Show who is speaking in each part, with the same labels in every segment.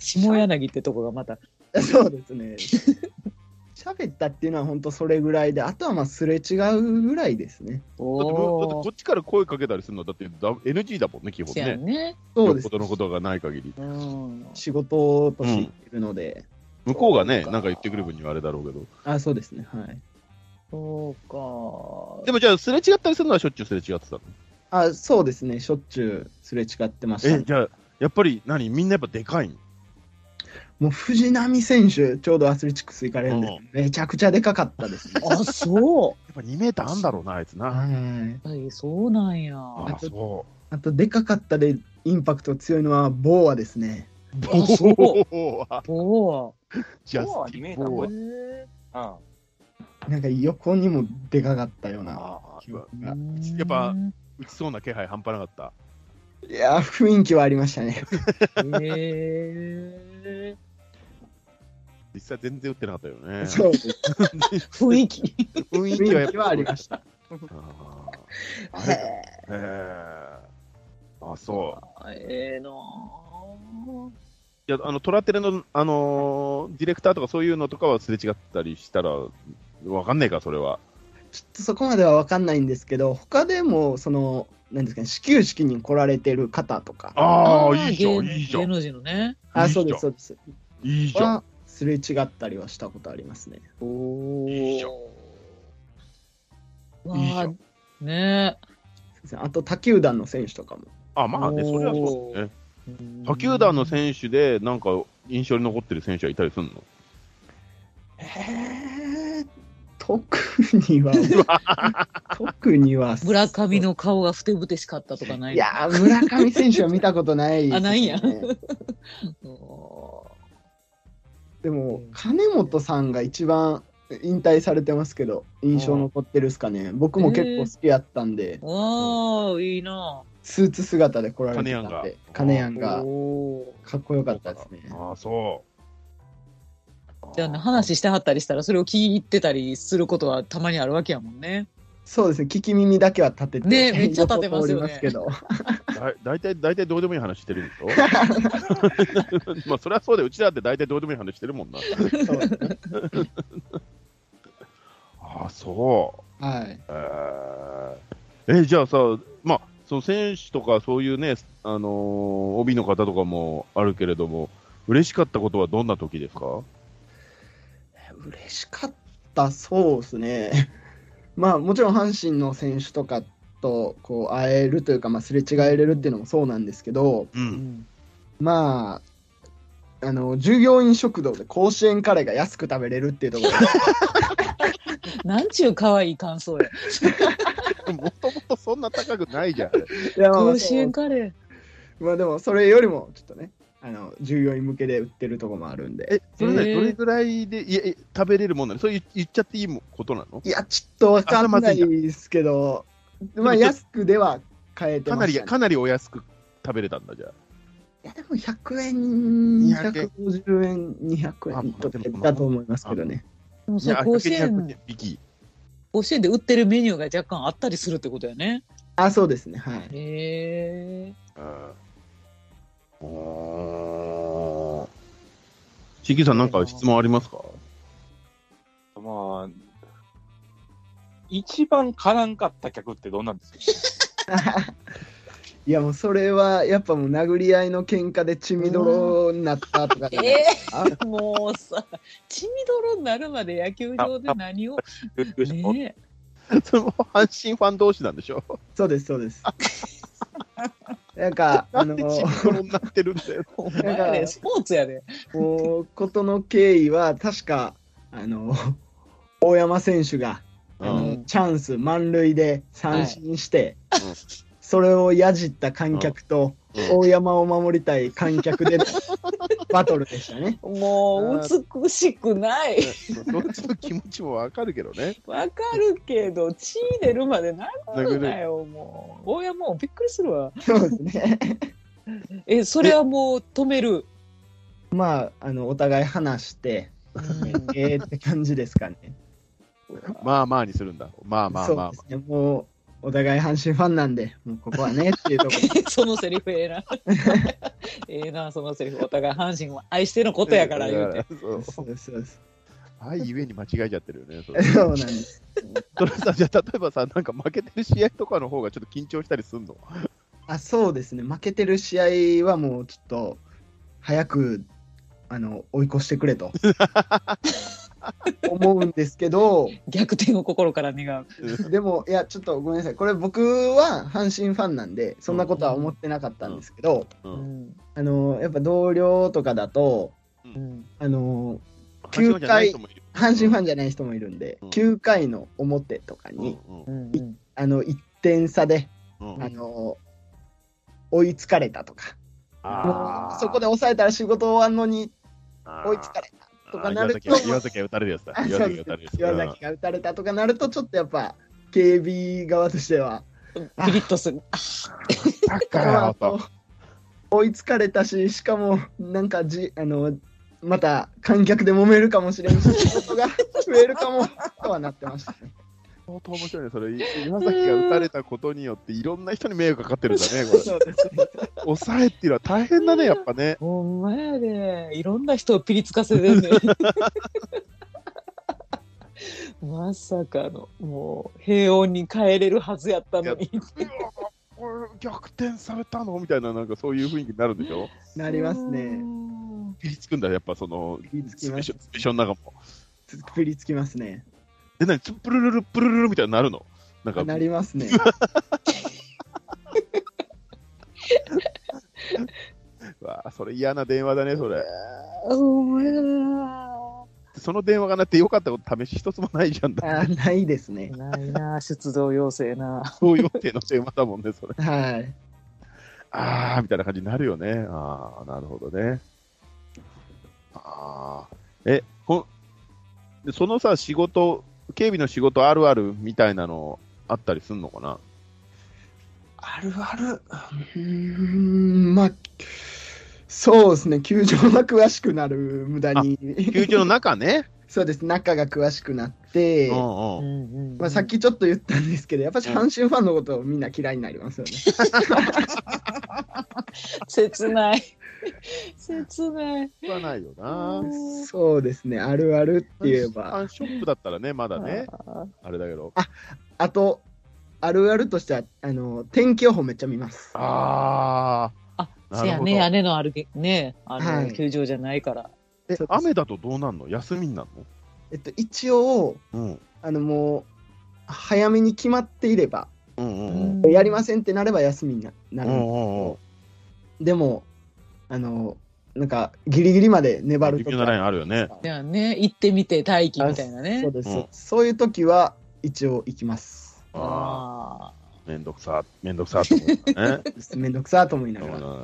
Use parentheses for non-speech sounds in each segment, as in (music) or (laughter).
Speaker 1: 下柳ってとこがまた、
Speaker 2: (laughs) そうですね。喋ったっていうのは本当それぐらいで、あとはまあすれ違うぐらいですね。
Speaker 1: お
Speaker 3: だってこ
Speaker 1: おー
Speaker 3: っちから声かけたりするのはだってだ NG だもんね、基本
Speaker 1: せや
Speaker 3: ね。
Speaker 1: ね。
Speaker 2: そう
Speaker 3: よ
Speaker 2: で
Speaker 3: っ
Speaker 2: す
Speaker 3: ぽ。どのことがない限り。
Speaker 1: うん。
Speaker 2: 仕事としているので、
Speaker 3: 向こうがね、
Speaker 1: そうか
Speaker 3: なんか言ってくる分にはあれだろうけど。
Speaker 2: あ、そうですね。はい。
Speaker 1: そうか。
Speaker 3: でもじゃあ、すれ違ったりするのはしょっちゅうすれ違ってたの
Speaker 2: あ、そうですね。しょっちゅうすれ違ってました
Speaker 3: え、
Speaker 2: ね。
Speaker 3: じゃあ、やっぱり何みんなやっぱでかいん
Speaker 2: もう藤波選手、ちょうどアスレチックス行かれるんですけど
Speaker 3: う
Speaker 2: めちゃくちゃでかかったですね。
Speaker 1: あ、そう。
Speaker 3: やっぱ2メーターあんだろうな、あいつな。
Speaker 2: はい。
Speaker 1: はい、そうなんや。
Speaker 3: あ
Speaker 1: あ
Speaker 3: あ、そ
Speaker 2: あと、でかかったでインパクト強いのは、ボーアですね。
Speaker 1: そう。
Speaker 3: う。
Speaker 1: お
Speaker 3: ジャ
Speaker 4: ボーは
Speaker 3: ステ
Speaker 4: 2
Speaker 3: ィ
Speaker 4: メ
Speaker 3: ン・
Speaker 4: ーター
Speaker 3: ボ
Speaker 4: 超
Speaker 3: ー
Speaker 4: え
Speaker 3: ア
Speaker 4: て
Speaker 1: ー
Speaker 4: うん。
Speaker 2: なんか横にもでかかったような。
Speaker 3: あ
Speaker 2: 記憶
Speaker 3: あ
Speaker 2: が
Speaker 3: やっぱ打ちそうな気配半端なかった。
Speaker 2: いやー、雰囲気はありましたね。
Speaker 1: えー、
Speaker 3: 実際全然打ってなかったよね。
Speaker 2: (laughs) (laughs) そうです。
Speaker 1: 雰囲気。
Speaker 3: 雰。
Speaker 2: 雰囲気はありました
Speaker 3: あーあれへえ。あ、そう。
Speaker 1: ええなぁ
Speaker 3: いや、あの、トラテレの、あのーディレクターとかそういうのとかはすれ違ったりしたら、わかんねえか、それは。
Speaker 2: ちょっとそこまでは分かんないんですけど、他でも、その、なんですかね、始球式に来られてる方とか、
Speaker 3: ああ、
Speaker 1: ー
Speaker 3: いいじゃん、
Speaker 1: 芸
Speaker 3: いいじゃ
Speaker 1: 芸
Speaker 3: ん。
Speaker 1: 能人のね。
Speaker 2: あ、
Speaker 3: いいじ
Speaker 2: そ
Speaker 3: ゃん
Speaker 2: うです、そうです。
Speaker 3: いいじゃん。
Speaker 2: は、すれ違ったりはしたことありますね。
Speaker 1: お
Speaker 3: いいじゃん
Speaker 1: お。わ
Speaker 3: いいじゃ
Speaker 1: あ、ね
Speaker 2: あと、他球団の選手とかも。
Speaker 3: あ、まあね、それはそうだね。
Speaker 1: え。
Speaker 3: 他球団の選手で、なんか、印象に残ってる選手はいたりするの
Speaker 2: へえ、特には、 (laughs) 特には、
Speaker 1: 村上の顔がふてぶてしかったとかない
Speaker 2: いやー、村上選手は見たことない、
Speaker 1: あないんやお
Speaker 2: でも、金本さんが一番引退されてますけど、印象残ってるっすかね。僕も結構好きやったんで、
Speaker 1: ーおーいいな
Speaker 2: スーツ姿で来られてたんで、カネ
Speaker 3: 金
Speaker 2: ヤ
Speaker 3: や
Speaker 2: ン
Speaker 1: ぁ
Speaker 2: が
Speaker 1: おー
Speaker 2: かっこよかったですね。
Speaker 3: ああ、そう。
Speaker 1: じゃあね話してはったりしたらそれを聞いてたりすることはたまにあるわけやもんね。
Speaker 2: そうですね、聞き耳だけは立てて、
Speaker 1: ねめっちゃ立てますよね
Speaker 2: 横 (laughs) 通りけど
Speaker 3: だ大体、大体どうでもいい話してるでしょ (laughs)
Speaker 2: (laughs)
Speaker 3: まあ、それはそうで、うちらだって大体どうでもいい話してるもんな。
Speaker 2: そうですね
Speaker 3: ああ、そう。
Speaker 2: はい。
Speaker 3: えーえ、じゃあさ、まあ、その選手とかそういうね、あのー、帯の方とかもあるけれども、嬉しかったことはどんな時ですか
Speaker 2: 嬉しかった、そうですね。 (laughs) まあ、もちろん阪神の選手とかとこう会えるというか、まあ、すれ違えれるっていうのもそうなんですけど、
Speaker 3: う。
Speaker 1: うんん
Speaker 2: まあ、あの従業員食堂で甲子園カレーが安く食べれるっていうところが
Speaker 1: なんちゅう可愛い感想や。
Speaker 3: (laughs) もともとそんな高くないじゃん。
Speaker 2: (laughs) いやまあまあ
Speaker 1: 甲子園カレー。
Speaker 2: まあでもそれよりもちょっとねあの従業員向けで売ってるとこもあるんで
Speaker 3: え、それね、
Speaker 1: えー
Speaker 3: どれぐらいで、いやえ、食べれるもんなのそれ言言っちゃっていいもことなの
Speaker 2: いやちょっとわかん
Speaker 3: あそれ
Speaker 2: な
Speaker 3: ま
Speaker 2: い
Speaker 3: ずい
Speaker 2: ですけどまあ
Speaker 3: でも
Speaker 2: 安くでは買えて
Speaker 3: か
Speaker 2: ま
Speaker 3: な
Speaker 2: し
Speaker 3: り、
Speaker 2: た、ね、
Speaker 3: かなりお安く食べれたんだ、じゃあ。
Speaker 2: いやでも100円
Speaker 3: 200円
Speaker 2: 150円200円とかだと思いますけどね
Speaker 1: でも
Speaker 3: い
Speaker 1: そ
Speaker 3: や
Speaker 1: の甲子園
Speaker 3: 100、匹。
Speaker 1: 甲子園で売ってるメニューが若干あったりするってことやね。
Speaker 2: あそうですねはい
Speaker 1: へえ。
Speaker 3: うん。おー。シキさん、なんか質問ありますか
Speaker 4: まあ、一番からんかった客ってどんなんですか
Speaker 2: いやもうそれはやっぱもう殴り合いの喧嘩で血みどろになったとかじゃない
Speaker 1: (laughs) え
Speaker 2: あ
Speaker 1: ー、もうさ、血みどろになるまで野球場で何を。ねえ
Speaker 3: (laughs) それも阪神ファン同士なんでしょ
Speaker 2: そうです、そう (laughs) です。なんか、あ
Speaker 3: なん
Speaker 2: の
Speaker 3: で、チンコロになってるんだよ。
Speaker 1: お前らねスポーツやで。
Speaker 2: こう、ことの経緯は、確か、あの、大山選手が、あの
Speaker 1: うん
Speaker 2: チャンス満塁で三振して、
Speaker 3: はいうん
Speaker 2: それをやじった観客と、
Speaker 3: うん
Speaker 2: 大山を守りたい観客
Speaker 3: (laughs)
Speaker 2: でのバトルでしたね。
Speaker 1: もう美しくない。
Speaker 3: どっちの気持ちもわかるけどね。
Speaker 1: わかるけど、血出るまで何るな
Speaker 3: 殴る
Speaker 1: よ、もう。大山もびっくりするわ。
Speaker 2: そうですね。
Speaker 1: え、それはもう止める。
Speaker 2: まあ、あの、お互い話して、えーって感じですかね。
Speaker 3: まあまあにするんだ。まあまあまあまあ。
Speaker 2: そうですね。もう、お互い阪神ファンなんで、もうここはねっていうところ
Speaker 1: (laughs) そのセリフええな。 (laughs) ええな、そのセリフ。お互い阪神を愛してのことやから言うて。
Speaker 3: そう
Speaker 2: そうですそう
Speaker 3: (laughs)
Speaker 2: です。
Speaker 3: はい、ゆえに間違えちゃってるよね。それ
Speaker 2: そうなんです。
Speaker 3: それさ、じゃあ例えばさ、なんか負けてる試合とかの方がちょっと緊張したりすんの
Speaker 2: あ、そうですね。負けてる試合はもうちょっと、早く、あの、追い越してくれ
Speaker 3: (laughs)
Speaker 2: と。思うんですけど、
Speaker 1: 逆転を心から願う。
Speaker 2: でも、いや、ちょっとごめんなさい。これ僕は阪神ファンなんで、そんなことは思ってなかったんですけど、
Speaker 3: う
Speaker 1: う。ん。
Speaker 2: あの、やっぱ同僚とかだと、
Speaker 1: うん。
Speaker 2: あの、
Speaker 3: 阪神ファンじゃない人もいる
Speaker 2: 阪神ファンじゃない人もいるんで、
Speaker 3: うん
Speaker 2: 9回の表とかに、
Speaker 3: うん
Speaker 1: う。ん。
Speaker 2: あの、1点差で、
Speaker 3: うんうん
Speaker 2: あの、追いつかれたとか、
Speaker 3: あー
Speaker 2: そこで抑えたら仕事終わんのに
Speaker 3: あー
Speaker 2: 追いつかれたとかなると、
Speaker 3: あー岩崎は岩崎は打たれ
Speaker 2: (laughs)
Speaker 3: るやつだ
Speaker 2: あ。
Speaker 3: 岩崎が打たれる
Speaker 2: 岩
Speaker 3: やつ
Speaker 2: 崎が打たれたとかなると、ちょっとやっぱ、警備側としては、
Speaker 1: ピリッとする。
Speaker 3: だ。だから
Speaker 2: まあ
Speaker 3: と。
Speaker 2: 追いつかれたし、しかも、なんかじ、あの、また観客で揉めるかもしれんし、仕事が (laughs) 増えるかも、とはなってましたね。
Speaker 3: 相当面白いね。それ、岩崎が打たれたことによって、いろんな人に迷惑かかってるんだね、これ。
Speaker 2: そうですね。
Speaker 3: 抑えっていうのは大変だね、やっぱね。
Speaker 1: ほんまやで。いろんな人をピリつかせてんね (laughs) んまさかの、もう平穏に帰れるはずやったのに。
Speaker 3: うわこれ逆転されたのみたいな、なんかそういう雰囲気になるんでしょ
Speaker 2: なります
Speaker 1: (laughs) う
Speaker 2: ね。
Speaker 1: ん
Speaker 3: ピリつくんだ、やっぱその、
Speaker 2: ピリつき
Speaker 3: スペ
Speaker 2: ま
Speaker 3: シ
Speaker 2: す
Speaker 3: ョン、スペションの中も。
Speaker 2: ピリつきますね。
Speaker 3: で、なに、つプルルル、プルルルみたいになるのなんか、
Speaker 2: なりますね。
Speaker 3: わあそれ嫌な電話だね、それ。
Speaker 1: ほんまやな。
Speaker 3: その電話がなって良かったこと、試し一つもないじゃんだ。
Speaker 2: あーないですね。
Speaker 1: ないな、出動要請な。
Speaker 3: そういう手の電話だもんね、それ。
Speaker 2: はい。
Speaker 3: あーみたいな感じになるよね。ああ、なるほどね。ああ。え、ほん、でそのさ、仕事、警備の仕事あるあるみたいなのあったりすんのかな
Speaker 2: あるある。うーん、まあ、そうですね。球場が詳しくなる、無駄に。
Speaker 3: 球場の中 (laughs) ね。
Speaker 2: そうです。中が詳しくなって
Speaker 3: う、ん
Speaker 1: う
Speaker 3: うん。
Speaker 1: んうんうん
Speaker 2: まあ、さっきちょっと言ったんですけど、やっぱり阪神ファンのことをみんな嫌いになりますよね。
Speaker 1: 切ない。切ない。
Speaker 3: 言わないよな。
Speaker 2: そうですね。あるあるって言え
Speaker 3: ア
Speaker 2: ば。
Speaker 3: ンショップだったらね、まだね、
Speaker 1: あー
Speaker 3: あれだけど。
Speaker 2: あと、あるあるとしては、あの、天気予報めっちゃ見ます。
Speaker 3: あ
Speaker 1: あ、
Speaker 3: な
Speaker 1: せ
Speaker 3: る
Speaker 1: や
Speaker 3: ほど
Speaker 1: ね、屋根のあるげ、ね、あ
Speaker 2: は
Speaker 1: の、
Speaker 2: い
Speaker 1: 球場じゃないから。
Speaker 3: ー。え
Speaker 2: そう、です
Speaker 3: 雨だとどうなんの休みになる
Speaker 2: えっと、一応、
Speaker 3: のうん。
Speaker 2: あの、もう、早めに決まっていれば、
Speaker 3: うんうんうん。
Speaker 2: やりませんってなれば休みになな
Speaker 3: う
Speaker 2: るんで
Speaker 3: んうんうん。
Speaker 2: でも、あの、なんか、ギリギリまで粘る
Speaker 3: 微妙なラインあるよね。
Speaker 1: じゃあね、行ってみて待機みたいな
Speaker 2: そ
Speaker 1: ね
Speaker 2: う。です、
Speaker 3: うん
Speaker 2: そういう時は、一応行きます。
Speaker 3: あ
Speaker 1: ああ。
Speaker 3: あ、めんどくさ、 (laughs) めんどくさって思うか
Speaker 1: (laughs)
Speaker 3: らね。
Speaker 2: めんどくさと思いな
Speaker 3: だ
Speaker 2: が。
Speaker 3: からら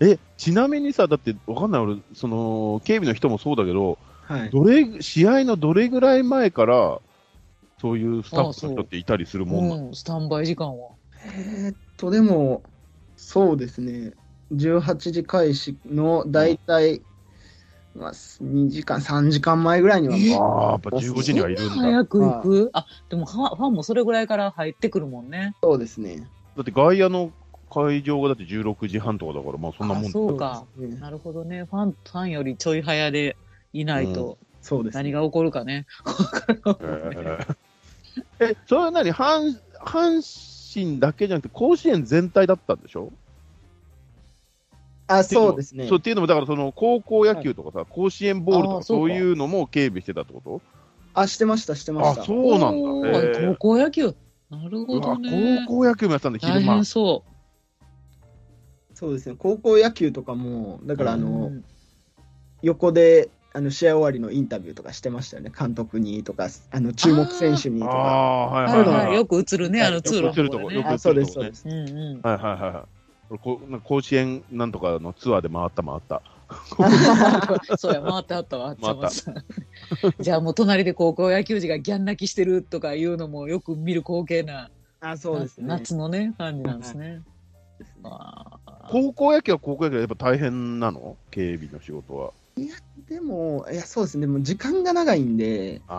Speaker 3: え、ちなみにさ、だって、わかんない、俺、その、警備の人もそうだけど、
Speaker 2: はい。
Speaker 3: どれ、試合のどれぐらい前から、そういうスタッフの
Speaker 1: あそ
Speaker 3: 人
Speaker 1: う
Speaker 3: っていたりするもんなの
Speaker 1: うん、スタンバイ時間は。
Speaker 2: えーっと、でも、そうですね。18時開始の大体、まあ、2時間、3時間前ぐらいには、
Speaker 1: え
Speaker 2: まあ
Speaker 3: ああ、やっぱ15時にはいるんだ。だ
Speaker 1: 早く行くあ、でもファンファンもそれぐらいから入ってくるもんね。
Speaker 2: そうですね。
Speaker 3: って外野の会場がだって16時半とかだから、まあそんなもん
Speaker 1: あ
Speaker 3: だ
Speaker 1: そうか。
Speaker 2: ね
Speaker 1: なるほどね。ファン、ファンよりちょい早でいないと
Speaker 2: そうです
Speaker 1: 何
Speaker 2: ね。
Speaker 1: が起こるかね。
Speaker 3: えーえ、それは何阪阪神だけじゃなくて、甲子園全体だったんでしょ
Speaker 2: あ、そうですね
Speaker 3: そう。っていうのも、だからその高校野球とかさ、甲子園ボールと
Speaker 1: あー
Speaker 3: か
Speaker 1: そう
Speaker 3: そ
Speaker 1: か
Speaker 3: ういうのも警備してたってこと
Speaker 2: あ、してました、してま
Speaker 3: あ、
Speaker 2: した。
Speaker 3: そうな
Speaker 1: お
Speaker 3: んだ。へ
Speaker 1: ー
Speaker 3: ー
Speaker 1: 高校野球。なるほ
Speaker 3: うわ
Speaker 1: どね
Speaker 3: 高。校野球もやってたんだ、昼
Speaker 1: 大
Speaker 3: 間
Speaker 1: 変。そ
Speaker 2: そうですね。高校野球とかも、だか
Speaker 1: う。
Speaker 2: ら、あ
Speaker 1: う
Speaker 2: の、
Speaker 1: ん
Speaker 2: 横で、あの、試合終わりのインタビューとかしてましたよね。監督にとか、あの、注目選手にと
Speaker 3: あ
Speaker 2: か。
Speaker 3: あ、はい
Speaker 1: は
Speaker 3: はいい
Speaker 1: は、
Speaker 3: はいい。
Speaker 1: よく映るね、あの
Speaker 3: よく
Speaker 1: 通路の
Speaker 3: 映る
Speaker 1: こと
Speaker 3: こ、
Speaker 1: こ
Speaker 3: よ
Speaker 1: ね
Speaker 3: く映るとこ。
Speaker 2: あそうですそうです
Speaker 1: うんうん。
Speaker 3: はいはいはいはい。俺こなんか甲子園なんとかのツアーで回った回った。
Speaker 1: そうや、回ってあったわ、
Speaker 3: 回った
Speaker 1: 松山さんじゃあもう隣で高校野球児がギャン泣きしてるとかいうのもよく見る光景な、
Speaker 2: あ、そうですね。
Speaker 1: 夏のね、感じなんですね。あー
Speaker 3: 高校野球は高校野球でやっぱ大変なの警備の仕事は。
Speaker 2: でも、いや、そうですね。でも、時間が長いんで、
Speaker 3: あ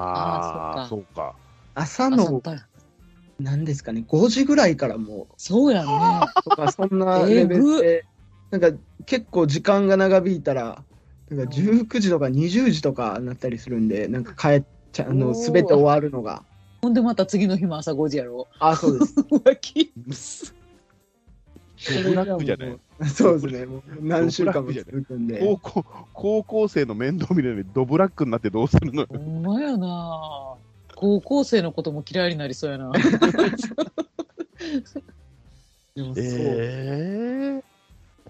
Speaker 1: あ
Speaker 3: あ
Speaker 1: ー、そ
Speaker 3: そうか。
Speaker 2: 朝
Speaker 1: 朝
Speaker 2: の
Speaker 1: た
Speaker 2: なんですかね、5時ぐらいからも
Speaker 1: そうやんね。
Speaker 2: う、とか、そん (laughs) なレベルで、なんか結構時間が長引いたら、なんか19時とか20時とかなったりするんで、なんか帰っちゃう、あ
Speaker 1: お
Speaker 2: の、
Speaker 1: ー
Speaker 2: すべて終わるのが。
Speaker 1: ほんでまた次の日も朝5時やろ。
Speaker 2: あ、そう (laughs) です。
Speaker 1: うわき (laughs)
Speaker 3: ブラックじゃない
Speaker 2: (laughs) そうですね、もう何週間も続くんで
Speaker 3: 高。校高校生の面倒見るのにドブラックになってどうするのよ
Speaker 1: ほんまやな高校生のことも嫌いになりそうやな。
Speaker 2: でもそう
Speaker 3: ええ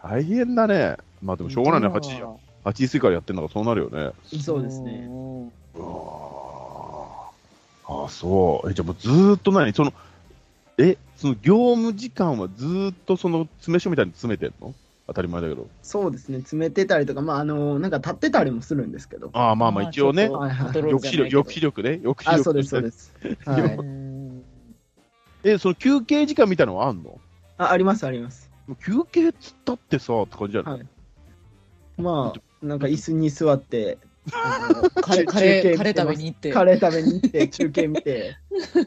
Speaker 3: 大変だねまあでもしょうがないね8時や8時過ぎからやってんだからそうなるよね
Speaker 2: そうですね。
Speaker 1: ん。
Speaker 3: あーあそうえじゃあもうずーっと何そのえその業務時間はずーっとその詰め所みたいに詰めてんの当たり前だけど
Speaker 2: そうですね、詰めてたりとか、まあ、あの、なんか立ってたりもするんですけど。
Speaker 3: ああまあまあ一応ね
Speaker 1: ま
Speaker 2: はいはい
Speaker 1: ちょっと
Speaker 3: 抑止力
Speaker 1: コントロールじゃないけど
Speaker 3: 抑止力ね抑止
Speaker 2: あ、
Speaker 3: 力
Speaker 2: そうです、そうです。はい。
Speaker 1: うん
Speaker 3: えその休憩時間みたいなのはあんの
Speaker 2: あ、あります、あります。
Speaker 3: もう休憩っつったってさって感じじゃない、
Speaker 2: はいまあ、なんか椅子に座
Speaker 1: (laughs)
Speaker 2: って、あの
Speaker 1: カレー、カレー、カレー食べに行って。
Speaker 2: カレー食べに行って、中継見て、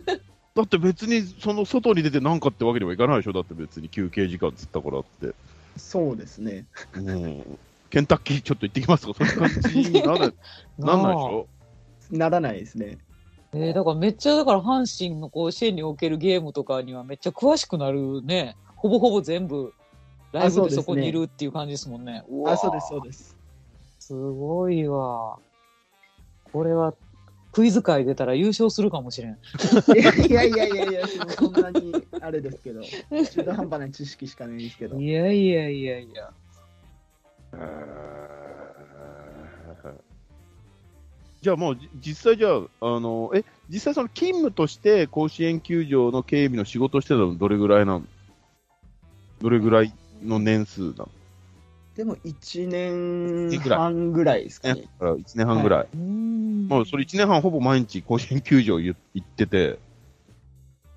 Speaker 1: (laughs)
Speaker 3: だって別にその外に出てなんかってわけにはいかないでしょだって別に休憩時間っつったからって、
Speaker 2: そうですね。
Speaker 3: うん、ケンタッキーちょっと行ってきますとかそんな感じにならないなんないでしょ
Speaker 2: ならないですね。
Speaker 1: えー、だからめっちゃ、だから阪神の甲子園におけるゲームとかにはめっちゃ詳しくなるね。ほぼほぼ全部、ライブ
Speaker 2: あそう
Speaker 1: で
Speaker 2: です
Speaker 1: そ
Speaker 2: ね
Speaker 1: こにいるっていう感じですもんね。うわ
Speaker 2: あ、そうです、そうです。
Speaker 1: すごいわ。これは、クイズ会出たら優勝するかもしれん。
Speaker 2: いやいやいやいやいや、そんなにあれですけど、中途半端な知識しかないですけど。
Speaker 1: いやいやいやいや。
Speaker 3: じゃあもうじ実際じゃあ、あの、え、実際その勤務として甲子園球場の警備の仕事をしてたのどれぐらいなのどれぐらいの年数なの
Speaker 2: でも、1年半ぐらいですかね。
Speaker 3: あ ?1 年半ぐらい。
Speaker 1: うーん。
Speaker 3: もうそれ1年半ほぼ毎日甲子園球場ゆ行ってて、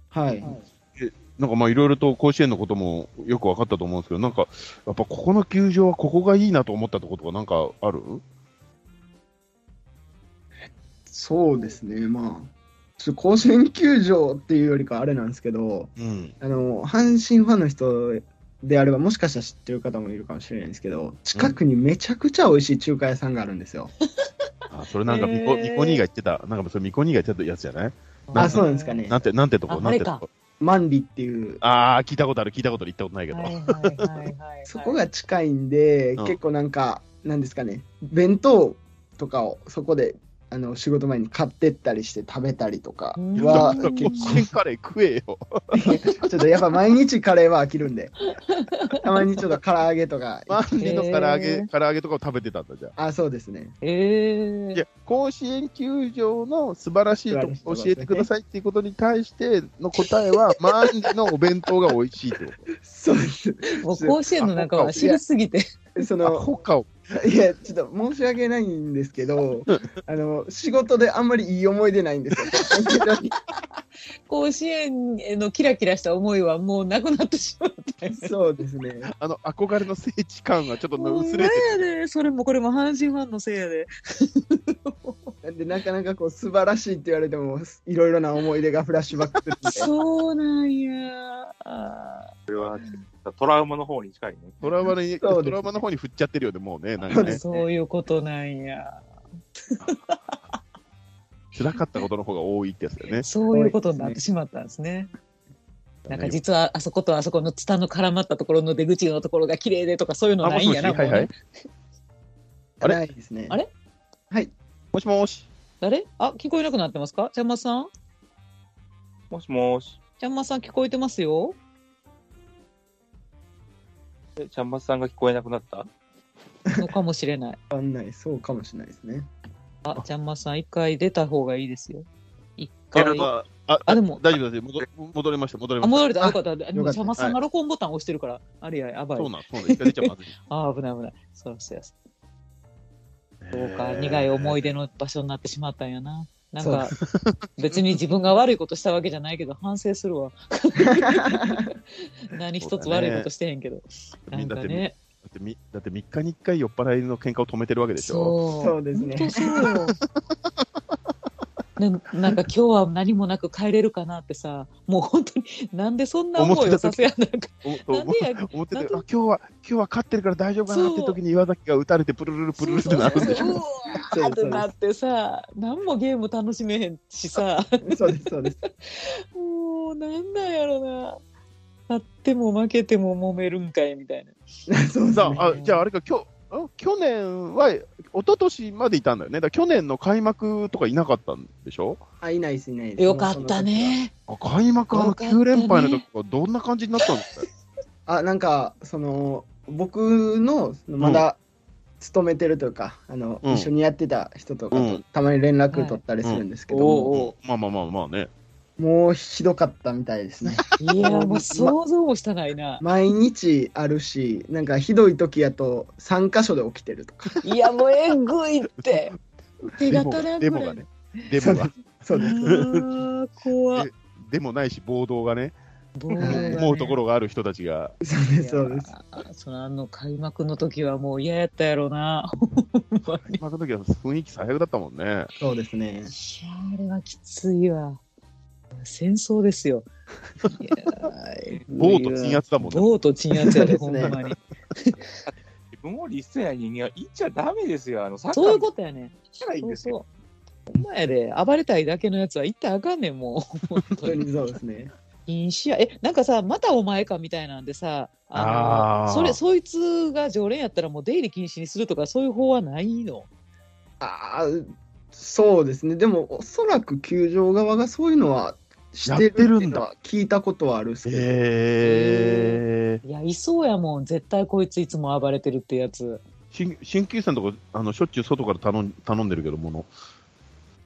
Speaker 2: はい。
Speaker 3: なんかまあいろいろと甲子園のこともよく分かったと思うんですけど、なんかやっぱここの球場はここがいいなと思ったとことかなんかある
Speaker 2: そうですね、まあ。ちょっと甲子園球場っていうよりかあれなんですけど、
Speaker 3: うん。
Speaker 2: あの、阪神ファンの人であれば、もしかしたら知ってる方もいるかもしれないんですけど、近くにめちゃくちゃ美味しい中華屋さんがあるんですよ。
Speaker 3: あ、それなんかミコ、
Speaker 1: へー
Speaker 3: ミコ兄が言ってた、なんかそれミコ兄が言ってたやつじゃない
Speaker 2: あ、そうなんですか
Speaker 1: ね。
Speaker 2: ね
Speaker 3: な。んて、なんてと
Speaker 1: あ
Speaker 3: こ、なんてと
Speaker 1: あれ
Speaker 3: こ。
Speaker 2: マンリっていう、
Speaker 3: ああ、聞いたことある、聞いたことある、行ったことないけど。
Speaker 1: はいはいはいはいはい。
Speaker 2: そこが近いんで、
Speaker 3: うん
Speaker 2: 結構なんか、なんですかね、弁当とかをそこで、あの、仕事前に買ってったりして食べたりとか
Speaker 1: うんう
Speaker 2: は、
Speaker 1: わ
Speaker 3: 甲
Speaker 2: 結
Speaker 3: 子園カレー食え (laughs) よ。
Speaker 2: 構、ちょっとやっぱ毎日カレーは飽きるんで、たまにちょっと唐揚げと
Speaker 3: (laughs)
Speaker 2: か、
Speaker 3: 万里の唐揚
Speaker 1: へ
Speaker 3: げ、
Speaker 1: ー
Speaker 3: 唐揚げとかを食べてたんだじゃん。
Speaker 2: あ、そうですね。
Speaker 1: ええ
Speaker 3: いや、甲子園球場の素晴らしいとこ
Speaker 2: 素晴らしい
Speaker 3: 教えてくださいっていうことに対しての答えは、万里のお弁当が美味 (laughs) しいってこ
Speaker 2: そうです。
Speaker 1: もう甲子園の中は知りすぎて。
Speaker 2: そ
Speaker 3: と。あ、
Speaker 2: の、
Speaker 3: ほかを。
Speaker 2: いや、ちょっと申し訳ないんですけど、あの、仕事であんまりいい思い出ないんですよ。
Speaker 1: (laughs) 甲子園へのキラキラした思いはもうなくなってしまったよね。
Speaker 2: そうですね。
Speaker 3: あの、憧れの聖地感がちょっと
Speaker 1: ほん
Speaker 3: 薄
Speaker 1: ま
Speaker 3: れて
Speaker 1: やで、それもこれも阪神ファンのせいやで。
Speaker 2: なんで、なかなかこう、素晴らしいって言われても、いろいろな思い出がフラッシュバックするんで。
Speaker 1: そうなんや。あ
Speaker 4: トラウマの方に近いね。
Speaker 3: トラウマに、
Speaker 2: そうです
Speaker 3: トラウマの方に振っちゃってるよね、もうね、なんか
Speaker 1: ー
Speaker 3: ね、
Speaker 1: そういうことなんや。
Speaker 3: 辛かったことの方が多いってやつだよね。
Speaker 1: そういうことになってしまったんですね。なんか実はあそことあそこのツタの絡まったところの出口のところが綺麗でとかそういうの
Speaker 3: あ、
Speaker 1: な
Speaker 3: も
Speaker 1: い
Speaker 3: し
Speaker 1: ん
Speaker 3: もし、
Speaker 1: や
Speaker 3: は
Speaker 1: な。
Speaker 3: いは
Speaker 1: もう
Speaker 3: い
Speaker 1: ね。
Speaker 3: あれ
Speaker 2: ないですね。
Speaker 1: あれ
Speaker 3: もしもし。
Speaker 1: 誰あ、聞こえなくなってますかジャンマさん
Speaker 4: もしもし。
Speaker 1: ジャンマさん聞こえてますよ
Speaker 4: え、ちゃんまつさんが聞こえなくなった
Speaker 1: のかもしれない。
Speaker 2: わかんない、そうかもしれないです
Speaker 1: (laughs)
Speaker 2: ね。
Speaker 1: あ、ジャンマさん一回出た方がいいですよ。一回。あ、
Speaker 3: あ、あ
Speaker 1: でも、
Speaker 3: 大丈夫ですよ。戻戻れました、戻
Speaker 1: あ、
Speaker 3: れまし
Speaker 1: 戻
Speaker 3: た。
Speaker 1: れた。よかった。でも、
Speaker 2: よかった
Speaker 1: 邪魔さんが録音ボタン押してるから、あれや、やばい
Speaker 3: そう。なん、そうなん、一回出ちゃまずい。
Speaker 1: ああ、危ない危ない。そうそうそう。そうか、苦い思い出の場所になってしまったんやな。なんか、別に自分が悪いことしたわけじゃないけど、反省するわ。何一つ悪いことしてへんけど。な
Speaker 3: みん
Speaker 1: ん
Speaker 3: な
Speaker 1: か
Speaker 3: でね
Speaker 1: ね、
Speaker 3: だってみ、だって3日に1回酔っ払いの喧嘩を止めてるわけでし
Speaker 1: そ
Speaker 3: ょ。
Speaker 1: う。
Speaker 2: そうですね
Speaker 1: 本当そうよ。でなんか今日は何もなく帰れるかなってさもう本当になんでそんな思いをさせやなんか
Speaker 3: おと
Speaker 1: なん
Speaker 3: 思
Speaker 1: でやねん
Speaker 3: 思って
Speaker 1: な
Speaker 3: て、
Speaker 1: ん
Speaker 3: あ
Speaker 1: と
Speaker 3: 今日は、今日は勝ってるから大丈夫かなって
Speaker 1: そう
Speaker 3: 時に岩崎が打たれて、プルルルプルルってなるんでしょ。
Speaker 1: そうそううわーってなってさ何もゲーム楽しめへんしさ
Speaker 2: そうです、そうです。
Speaker 1: もうなんなんやろな勝っても負けても揉めるんかいみたいな
Speaker 2: そうです
Speaker 3: さ
Speaker 2: ね。
Speaker 3: ああじゃああれか、今日あ去年は、一昨年までいたんだよね。だから去年の開幕とかいなかったんでしょ
Speaker 2: あ、いないです、いないです。
Speaker 1: よかったね
Speaker 3: あ開幕、あ
Speaker 1: よ
Speaker 3: の
Speaker 1: かったね
Speaker 3: 9連敗の時はどんな感じになったんですか
Speaker 2: あなんかその僕のそのまだ勤めてるというか、あの
Speaker 3: うん
Speaker 2: 一緒にやってた人とか
Speaker 3: う
Speaker 2: と
Speaker 3: ん
Speaker 2: たまに連絡取ったりするんですけども、
Speaker 1: おう
Speaker 3: まあまあまあまあね。
Speaker 2: もうひどかったみたい (laughs) ですね
Speaker 1: いやもう想像もしたないな、
Speaker 2: 毎日あるしなんかひどい時やと3箇所で起きてるとか
Speaker 1: (laughs)
Speaker 2: (laughs)
Speaker 1: いやもうえぐいって手
Speaker 3: デ
Speaker 1: が
Speaker 3: モ
Speaker 1: 足らんぐ
Speaker 3: がデモ
Speaker 1: ら
Speaker 3: が
Speaker 1: い
Speaker 3: ね。デ
Speaker 1: (laughs)
Speaker 3: モが。
Speaker 2: そうです
Speaker 1: あー怖っ
Speaker 3: デモないし、暴動がね、
Speaker 1: 暴動がね
Speaker 3: 思うところがある人たちが。
Speaker 2: そう
Speaker 1: い
Speaker 2: で
Speaker 1: や
Speaker 2: すそうです
Speaker 1: そのあの開幕の時はもう嫌やったやろうな。ほんまに
Speaker 3: 開幕の時は雰囲気最悪だったもんね。
Speaker 2: そうですね
Speaker 1: いやあれはきついわ。戦争ですよ。いやー
Speaker 3: (laughs) 暴徒鎮圧だもんね
Speaker 1: 暴徒鎮圧やで、
Speaker 2: そ
Speaker 1: ほ
Speaker 2: うんですね
Speaker 1: まに。
Speaker 4: 自分を律せない人間は言っちゃダメですよ。あの、サッカー
Speaker 1: そういう
Speaker 4: も
Speaker 1: ことやね。
Speaker 4: したらいいん
Speaker 1: そう
Speaker 4: です
Speaker 1: そ
Speaker 4: よ。
Speaker 1: う。ほんまやで、暴れたいだけのやつは行ったらあかんねん、もう。本
Speaker 2: 本
Speaker 1: 当
Speaker 2: 当
Speaker 1: に。
Speaker 2: にそうですね
Speaker 1: 禁止や。え、なんかさ、またお前かみたいなんでさ、の
Speaker 3: あー
Speaker 1: それ、そいつが常連やったらもう出入り禁止にするとか、そういう法はないの
Speaker 2: ああそうですねでもおそらく球場側がそういうのはしてるっていうのは聞いたことはあるっすけど、
Speaker 3: えー
Speaker 1: いや、いそうやもん。絶対こいついつも暴れてるってやつ。
Speaker 3: 新新旧さんとかあのしょっちゅう外から頼ん頼んでるけど、もの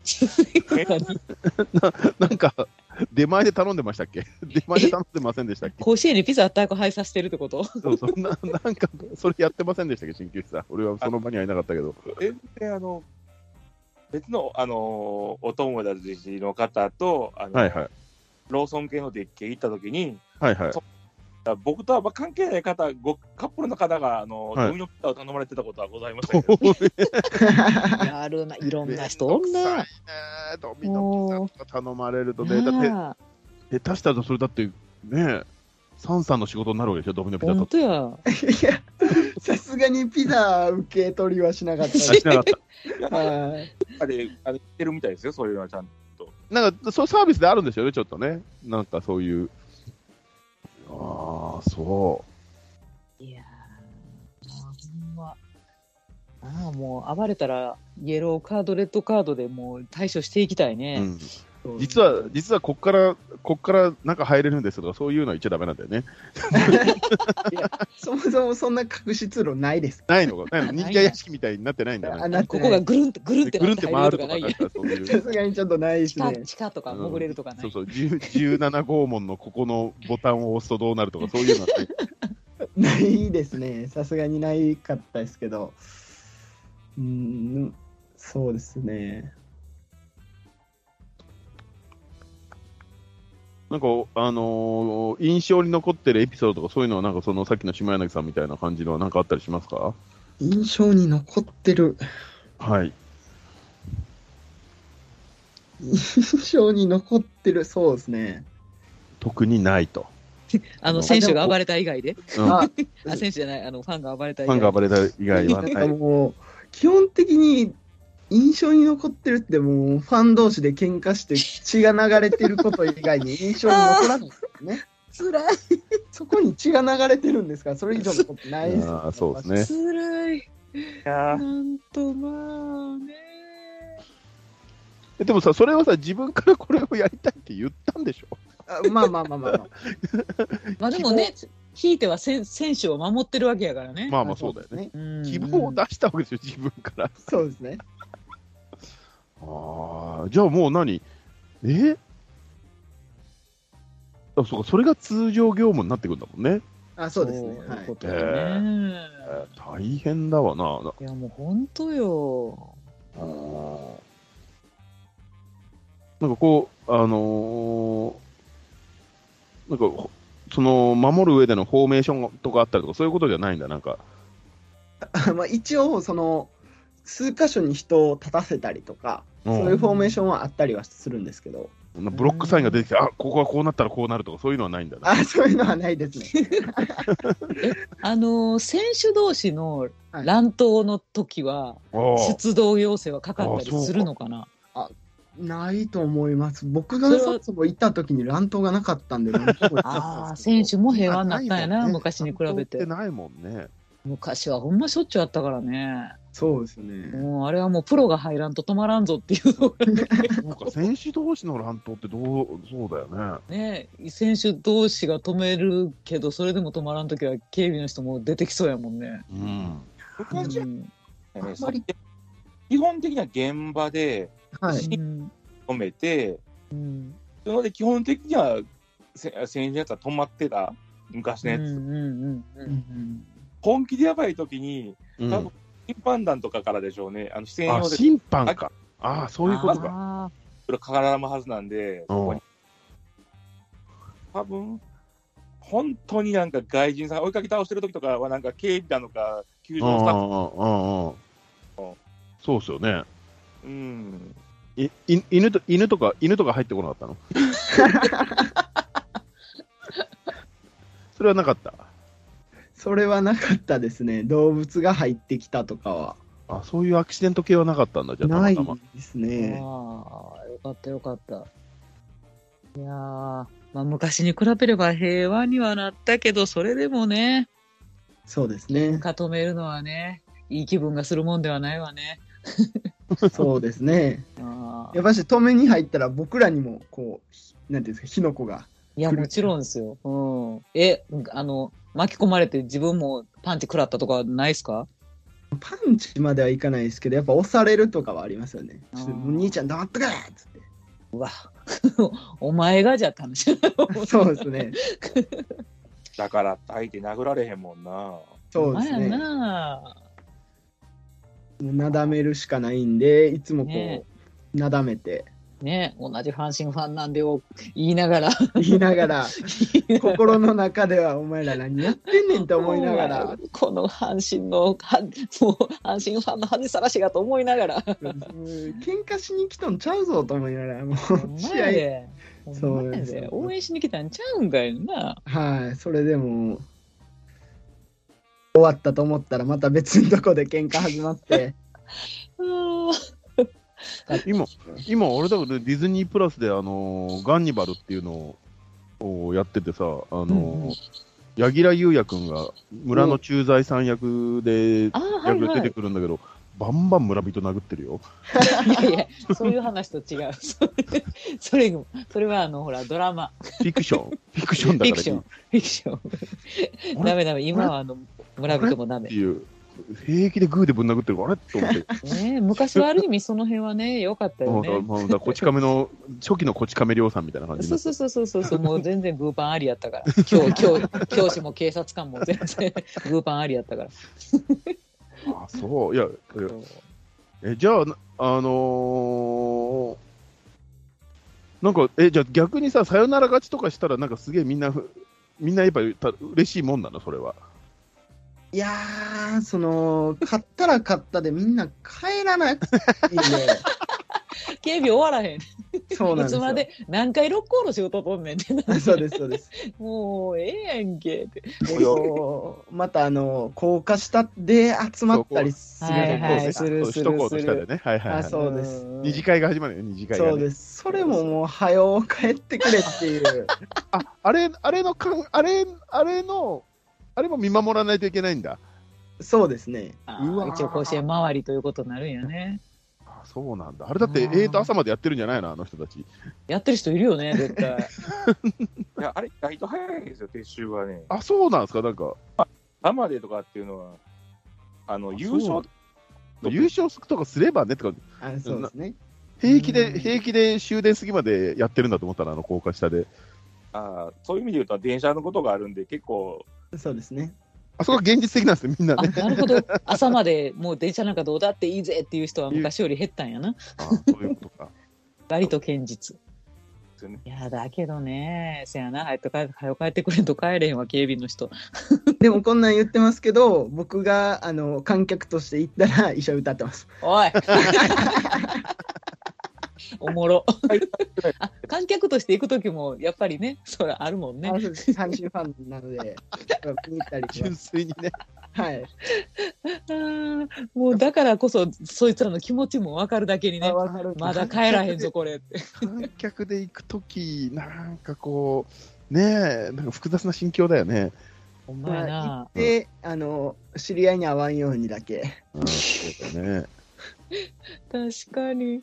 Speaker 3: (laughs) なんか出前で頼んでましたっけ出前で頼んでませんでしたっ
Speaker 1: (laughs)
Speaker 3: け
Speaker 1: 甲子園にピザあったかく配させてるって
Speaker 3: (laughs)
Speaker 1: こと
Speaker 3: そうそうななんかそれやってませんでしたっけ、新旧さん。俺はその場にはいなかったけど。
Speaker 4: 全然、あの、別の、あの、お友達の方と、あの、
Speaker 3: はいはい。
Speaker 4: ローソン系のデッキ行った時に、
Speaker 3: はいはい。
Speaker 4: 僕とはあんま関係ない方、ごカップルの方が、あの、
Speaker 3: はい
Speaker 4: ドミノピザを頼まれてたことはございましたけ
Speaker 3: (laughs)
Speaker 4: ど、
Speaker 3: い
Speaker 1: やるな、いろんな人おんな。。
Speaker 3: ドミノピザとか頼まれるとね、だって
Speaker 1: なあ
Speaker 3: 下手したらそれだってねサンさんの仕事になるわけでしょドミノピザ
Speaker 1: 本当
Speaker 3: と
Speaker 1: や。
Speaker 2: いやさすがにピザ受け取りはしなかったです (laughs)
Speaker 3: あしなかった
Speaker 4: いやなんか
Speaker 2: はい
Speaker 4: で、あの、言ってるみたいですよ、そういうのはちゃんと。
Speaker 3: なんかそうサービスであるんですよねちょっとねなんかそういうああそ、
Speaker 1: いやーもうほんま。ああ、もう暴れたら、イエローカード、レッドカードでもう対処していきたいうね。
Speaker 3: うん実は実はこっからこっから中入れるんですとかそういうのは言っちゃダメなんだよね
Speaker 2: そもそもそんな隠し通路ないです。
Speaker 3: ないのがないの
Speaker 1: ない
Speaker 3: 人間屋敷みたいになってないんだよ
Speaker 2: あ
Speaker 3: ね
Speaker 2: なって
Speaker 1: こ
Speaker 2: ない
Speaker 1: こがぐるんって、ぐるんって
Speaker 3: ぐ
Speaker 1: なっ
Speaker 3: るんってて
Speaker 1: 入る
Speaker 3: 回
Speaker 1: と
Speaker 3: る
Speaker 1: か
Speaker 3: と
Speaker 1: ない
Speaker 3: かな
Speaker 1: や
Speaker 3: ん
Speaker 1: ん。
Speaker 3: かそうい
Speaker 2: さ
Speaker 3: う
Speaker 2: すがにちょっとないです
Speaker 1: 地下
Speaker 2: ね。
Speaker 1: 地下とか
Speaker 3: うん
Speaker 1: 潜れるとかな
Speaker 3: そう
Speaker 1: い。
Speaker 3: そう10 17号門のここのボタンを押すとどうなるとかそういうの (laughs) はね
Speaker 2: ないですね。さすがにないかったですけど。うーん、そうですね。
Speaker 3: なんかあのー印象に残ってるエピソードとかそういうのはなんかそのさっきの島柳さんみたいな感じのはなんかあったりしますか
Speaker 2: 印象に残ってる。
Speaker 3: はい
Speaker 2: (laughs) 印象に残ってる。そうですね。
Speaker 3: 特にないと。
Speaker 1: あ
Speaker 3: う
Speaker 1: の、
Speaker 3: ん
Speaker 1: 選手が暴れた以外で。
Speaker 3: うん
Speaker 2: あ、
Speaker 1: あ、選手じゃない、あの、ファンが暴れた以
Speaker 3: ファン
Speaker 1: 外
Speaker 3: が暴れた以外は
Speaker 2: なん
Speaker 3: な
Speaker 2: か
Speaker 3: い。
Speaker 2: もう、基本的に印象に残ってるって、もう、ファン同士で喧嘩して血が流れてること以外に印象に残
Speaker 3: (laughs)
Speaker 2: らないですよね。
Speaker 1: つらい。
Speaker 2: そこに血が流れてるんですから、それ以上のことないですよ
Speaker 3: あーそうですね
Speaker 1: つらい。
Speaker 4: いや
Speaker 1: な
Speaker 4: ー
Speaker 1: んとまあね。
Speaker 3: えでもさ、それはさ、自分からこれをやりたいって言ったんでしょ
Speaker 2: あまあまあまあまあ、まあ。
Speaker 1: まあでもね、ひいては選選手を守ってるわけやからね。
Speaker 3: まあまあそうだよね。
Speaker 2: ね。
Speaker 1: うん
Speaker 3: 希望を出したわけですよ、自分から。
Speaker 2: そうですね。
Speaker 3: ああ、じゃあもう何えあそうか、それが通常業務になってくるんだもんね。
Speaker 2: あ、そうですね。
Speaker 1: そ
Speaker 2: は
Speaker 1: ういうこ
Speaker 2: い。
Speaker 1: とだね。
Speaker 3: 大変だわな。
Speaker 1: いやもう本当よ。
Speaker 3: あーなんかこう、あのーなんかほ、その、守る上でのフォーメーションとかあったりとか、そういうことじゃないんだ、なんか。
Speaker 2: (laughs) まあ、一応、その、数箇所に人を立たせたりとか、そういうフォーメーションはあったりはするんですけど、
Speaker 3: そんなブロックサインが出てきて、あここはこうなったらこうなるとか、そういうのはないんだな。
Speaker 2: あそういうのはないです
Speaker 1: (laughs)
Speaker 2: ね。
Speaker 1: あのー選手同士の
Speaker 2: はい
Speaker 1: 乱闘の時は
Speaker 3: おー
Speaker 1: 出動要請はかかった
Speaker 3: あーそう
Speaker 1: り
Speaker 3: か
Speaker 1: するのかな
Speaker 2: ないと思います。僕が
Speaker 1: それは
Speaker 2: そもそも行った時に乱闘がなかったん
Speaker 1: (laughs)
Speaker 2: で、乱闘がなか
Speaker 1: あ
Speaker 2: った
Speaker 1: あ
Speaker 2: ん
Speaker 1: ー
Speaker 2: ですけど
Speaker 1: 選手も平和になったんや
Speaker 3: い
Speaker 1: な
Speaker 3: もんね
Speaker 1: 昔に比べ
Speaker 3: 担当
Speaker 1: て
Speaker 3: ってないもんね。
Speaker 1: 昔はほんましょっちゅうあったからね
Speaker 2: そうですね。
Speaker 1: もうあれはもうプロが入らんと止まらんぞっていうのが
Speaker 3: そうか、選手同士の乱闘ってどう、そうだよね。
Speaker 1: ね選手同士が止めるけどそれでも止まらん時は警備の人も出てきそうやもんね。
Speaker 3: うん。
Speaker 4: 昔は
Speaker 1: うん
Speaker 4: ね
Speaker 2: あん
Speaker 4: そ
Speaker 2: ま
Speaker 4: う
Speaker 2: り
Speaker 4: 基本的には現場で
Speaker 2: はい。
Speaker 1: うん
Speaker 4: 止めて、
Speaker 1: うん
Speaker 4: なので基本的にはせ選手のやつは止まってた、昔のやつ。
Speaker 1: うんうんうんうん
Speaker 4: 本気でやばい時に、
Speaker 3: う
Speaker 4: 多
Speaker 3: ん
Speaker 4: 分、審判団とかからでしょうね、あの視線
Speaker 3: あ、
Speaker 4: 用で
Speaker 3: 審判か。ああ、そういうことか。
Speaker 1: あ
Speaker 4: かからむはずなんで、
Speaker 3: うん
Speaker 4: そこに多分本当になんか外人さん追いかけ倒してる時とかは、なんか警備団とか、球
Speaker 3: う
Speaker 4: 場
Speaker 3: ん
Speaker 4: スタッ
Speaker 3: うんうんうんそうっすよね。
Speaker 4: フ、うん、
Speaker 3: いい犬と犬とか犬とか入ってこなかったのそれはなかった。
Speaker 2: それはなかったですね。動物が入ってきたとかは。
Speaker 3: あそういうアクシデント系はなかったんだ、じゃあ、た
Speaker 2: な
Speaker 3: ま
Speaker 2: い
Speaker 3: たま。
Speaker 2: です
Speaker 1: ー
Speaker 2: ね。
Speaker 1: あーよかったよかった。いやーまあ、昔に比べれば平和にはなったけどそれでもね
Speaker 2: そうですね。
Speaker 1: か止めるのはねいい気分がするもんではないわね。
Speaker 2: そうですね。
Speaker 1: あー
Speaker 2: やっぱし止めに入ったら僕らにもこうひなんていうんですか火の粉が
Speaker 1: いやもちろんですよ。うん、えあの巻き込まれて自分もパンチ食らったとかないですか
Speaker 2: パンチまではいかないですけどやっぱ押されるとかはありますよね。
Speaker 1: あー
Speaker 2: ちょっともう兄ちゃん黙っとけっつ
Speaker 1: (laughs)
Speaker 2: って。
Speaker 1: お前がじゃ楽しい。
Speaker 2: そうですね。
Speaker 4: だからって相手殴られへんもんな。
Speaker 2: そうです
Speaker 1: お前や
Speaker 2: ね。
Speaker 1: な。
Speaker 2: もうなだめるしかないんでいつもこう、
Speaker 1: ね
Speaker 2: なだめて
Speaker 1: ね、同じ阪神ファンなんでを言いながら。
Speaker 2: 言いなが
Speaker 1: (laughs)
Speaker 2: ら心の中ではお前ら何やってんねんと思いな
Speaker 1: (laughs)
Speaker 2: がら。
Speaker 1: この阪神の、はもう阪神ファンの恥さらしがと思いながら。
Speaker 2: 喧嘩しに来とんちゃうぞと思いながらも
Speaker 1: (laughs) お
Speaker 2: う (laughs) 試
Speaker 1: 前
Speaker 2: 合
Speaker 1: で。
Speaker 2: そ
Speaker 1: お
Speaker 2: う
Speaker 1: 前
Speaker 2: です
Speaker 1: で応援しに来たんちゃうんかいな。
Speaker 2: はいそれでも終わったと思ったらまた別のとこで喧嘩始まって
Speaker 1: うん
Speaker 3: 今、今あれだけど、ディズニープラスで、あのーガンニバルっていうのをやっててさ、あのー
Speaker 1: うんうん
Speaker 3: 柳楽優弥君が村の駐在さん役で、
Speaker 1: あーは
Speaker 3: 役
Speaker 1: い
Speaker 3: で
Speaker 1: は
Speaker 3: 出て
Speaker 1: い。
Speaker 3: くるんだけど、バンバン村人殴ってるよ。
Speaker 1: いやいや、そういう話と違う。 (laughs) それ、それそれはあの、ほら、ドラマ、
Speaker 3: フィクショ
Speaker 1: (laughs)
Speaker 3: ン。フィクショ
Speaker 1: フ
Speaker 3: ンだ
Speaker 1: ィ
Speaker 3: か
Speaker 1: ク
Speaker 3: ら
Speaker 1: シ
Speaker 3: い
Speaker 1: ョ
Speaker 3: い
Speaker 1: ン、フィクション。ダメダメ、今はあの、村人もダメ
Speaker 3: って。いう、平気でグーでぶん殴ってるから、あれと思って。
Speaker 1: ね、昔はある意味その辺はね良かったよ
Speaker 3: まあ
Speaker 1: ね。
Speaker 3: まあだからこち亀の、初期のこち亀亮さんみたいな感じに
Speaker 1: そう
Speaker 3: なって
Speaker 1: そうそうそうそうそうもう全然グーパンありやったから教教教師も警察官も全然 (laughs) グーパンありやったから
Speaker 3: あ、そう。いや、いやえ、じゃあ、なあのーなんか、え、じゃあ逆にさ、さよなら勝ちとかしたら、なんかすげえみんなふ、みんなやっぱた嬉しいもんなの、それは。
Speaker 2: いやーその買ったら買ったでみんな帰らないんで
Speaker 1: 警備終わらへんい
Speaker 2: そうなんです
Speaker 1: つ
Speaker 2: よ
Speaker 1: まで何回六甲の仕事取んねんってな
Speaker 2: あそうですそうです
Speaker 1: もうええやんけって
Speaker 2: でこうまたあの高架下で集まったりするじゃないですか、
Speaker 1: はいはい
Speaker 3: そう
Speaker 1: する
Speaker 3: 首都高
Speaker 1: す
Speaker 3: の
Speaker 1: る
Speaker 3: 下でね。はいはい、はい。
Speaker 2: あそうです
Speaker 1: ん
Speaker 3: 二次会が始まるよね、二次会が、ね。
Speaker 2: そうですそれももう早う帰ってくれっていう
Speaker 3: あ、あれ、あれのかん、あれ、あれの、あれも見守らないといけないんだ。
Speaker 2: そうですね
Speaker 1: あ
Speaker 3: うわ
Speaker 1: ー
Speaker 3: ー
Speaker 1: 一応甲子園周りということになるんやね
Speaker 3: あそうなんだ。あれだって、
Speaker 1: あー
Speaker 3: えーと朝までやってるんじゃないの、あの人たち。
Speaker 1: やってる人いるよね絶対
Speaker 4: いや、あれ、意外と早いんですよ、撤収はね。
Speaker 3: あ、そうなんですか、なんか、
Speaker 4: 生でとかっていうのは、あの、
Speaker 3: あ
Speaker 4: 優勝
Speaker 3: そう優勝とかすればね、とか、
Speaker 2: あそうですね
Speaker 3: 平
Speaker 1: う
Speaker 3: 気
Speaker 1: ん
Speaker 3: で、平気で終電過ぎまでやってるんだと思ったら、あの高架下で。
Speaker 4: あー、そういう意味で言うと、電車のことがあるんで、結構、
Speaker 2: そうですね
Speaker 3: あそこは現実的なんですね、みんな
Speaker 1: あ
Speaker 3: ね。
Speaker 1: なるほど朝までもう電車なんかどうだっていいぜっていう人は昔より減ったんやな
Speaker 3: あそういうことか。
Speaker 1: 割と堅実
Speaker 4: ですよね
Speaker 1: いやだけどね、せやな、早く帰早く帰ってくれんと帰れへんわ、警備の人。
Speaker 2: でもこんなん言ってますけど僕 (laughs)
Speaker 1: (laughs)
Speaker 2: があの観客として行ったら医者歌ってます
Speaker 1: おいおもろ
Speaker 4: はい。
Speaker 1: あ、観客として行く時も、やっぱりね、それあるもんね。
Speaker 2: 阪神ファンなので、気に入ったりしま
Speaker 3: (laughs) 純 (laughs)
Speaker 2: す。
Speaker 3: 粋にね。
Speaker 2: はい。
Speaker 1: あーもうだからこそ、そいつらの気持ちもわかるだけにね。
Speaker 2: わかる
Speaker 1: まだ帰らへんぞ、これ (laughs) って。
Speaker 3: 観客で行くとき、なんかこう、ねえ、なんか複雑な心境だよね。
Speaker 1: お前な。
Speaker 2: で、あの、知り合いに会わんようにだけ。
Speaker 3: うん、そうだね。
Speaker 1: 確かに。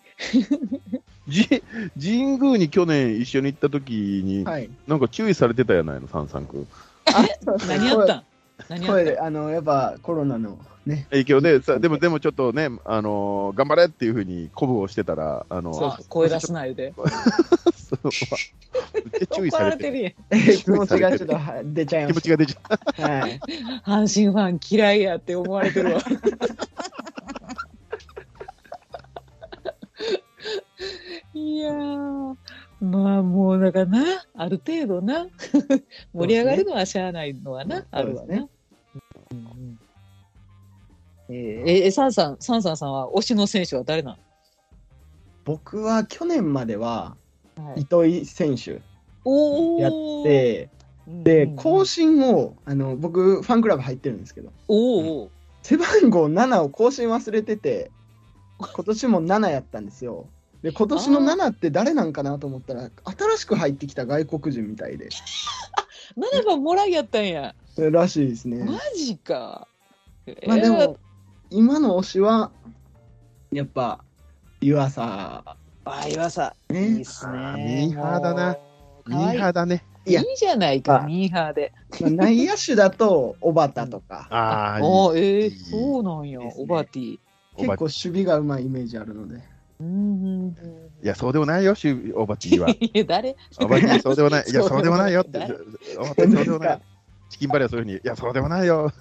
Speaker 3: じ神宮に去年一緒に行ったときに、
Speaker 2: はい。
Speaker 3: なんか注意されてたやないの、三三君。
Speaker 2: あそうそう
Speaker 1: 何やったん何や
Speaker 2: 声
Speaker 1: っ
Speaker 2: で、あの、やっぱコロナのね、
Speaker 3: 影響で、さでも、でもちょっとね、あのー頑張れっていうふうに鼓舞をしてたら、あの
Speaker 1: たんそう声出すな言うて。
Speaker 3: (laughs) そうめっちゃ注意
Speaker 1: 怒
Speaker 3: さ
Speaker 1: られ
Speaker 3: れ
Speaker 1: て
Speaker 3: てる
Speaker 1: るや
Speaker 2: (laughs)
Speaker 1: ん。
Speaker 2: 気持ちがちょっとは出ちゃい
Speaker 3: 気
Speaker 2: ま
Speaker 3: 持
Speaker 2: し
Speaker 3: ちが出ちゃう。
Speaker 2: た。はい。
Speaker 1: 阪神ファン嫌いやって思われて (laughs) るわ。いやーまあもうだからなある程度な盛り上がるのはしゃあないのはな、あるわ
Speaker 2: そうです
Speaker 1: な
Speaker 2: ね。
Speaker 1: うんうんえーえサンさんサンサンさんは推しの選手は誰な
Speaker 2: 僕は去年までは
Speaker 1: の、はい、
Speaker 2: 糸井選手
Speaker 1: おー
Speaker 2: やって、で、更
Speaker 1: 新
Speaker 2: 新を、あの、僕、ファンクラブ入ってるんですけど、
Speaker 1: おーおー
Speaker 2: 背番号7を更新忘れてて、今年も7やったんですよ。で、今年の7って誰なんかなと思ったら、新しく入ってきた外国人みたいで、
Speaker 1: 7番もらいやったんや
Speaker 2: らしいですね。
Speaker 1: マジか
Speaker 2: まあで
Speaker 1: えー
Speaker 2: も、今の推しは、やっぱ、湯浅
Speaker 1: あ、岩さん。い
Speaker 2: ね
Speaker 1: いっす
Speaker 3: あー
Speaker 1: ね。
Speaker 3: ミーハーだなミ
Speaker 1: もう。かわい
Speaker 3: ー
Speaker 1: い
Speaker 3: ハーだね。
Speaker 1: いいじゃないか、
Speaker 2: あ
Speaker 1: ミーハーで。
Speaker 2: まあ内野手だ (laughs) と、小畑とか、
Speaker 3: ああ、
Speaker 1: おーえ
Speaker 3: いい
Speaker 1: ー、そうなんや、
Speaker 2: いいですね
Speaker 1: オバティ。
Speaker 3: お
Speaker 2: 結
Speaker 3: ば
Speaker 2: 構守備がうまいイメージあるので。
Speaker 1: うんうん
Speaker 3: いや、そうでもないよ、シュおばち
Speaker 2: (laughs)
Speaker 3: は
Speaker 1: う。ん。いや、誰 (laughs)
Speaker 3: おば (laughs) ち、そうでもない。いや、そうでもないよって。
Speaker 1: 誰
Speaker 3: おばち、そうでもない。チキンバレーはそういうふうに、いや、そうでもないよ。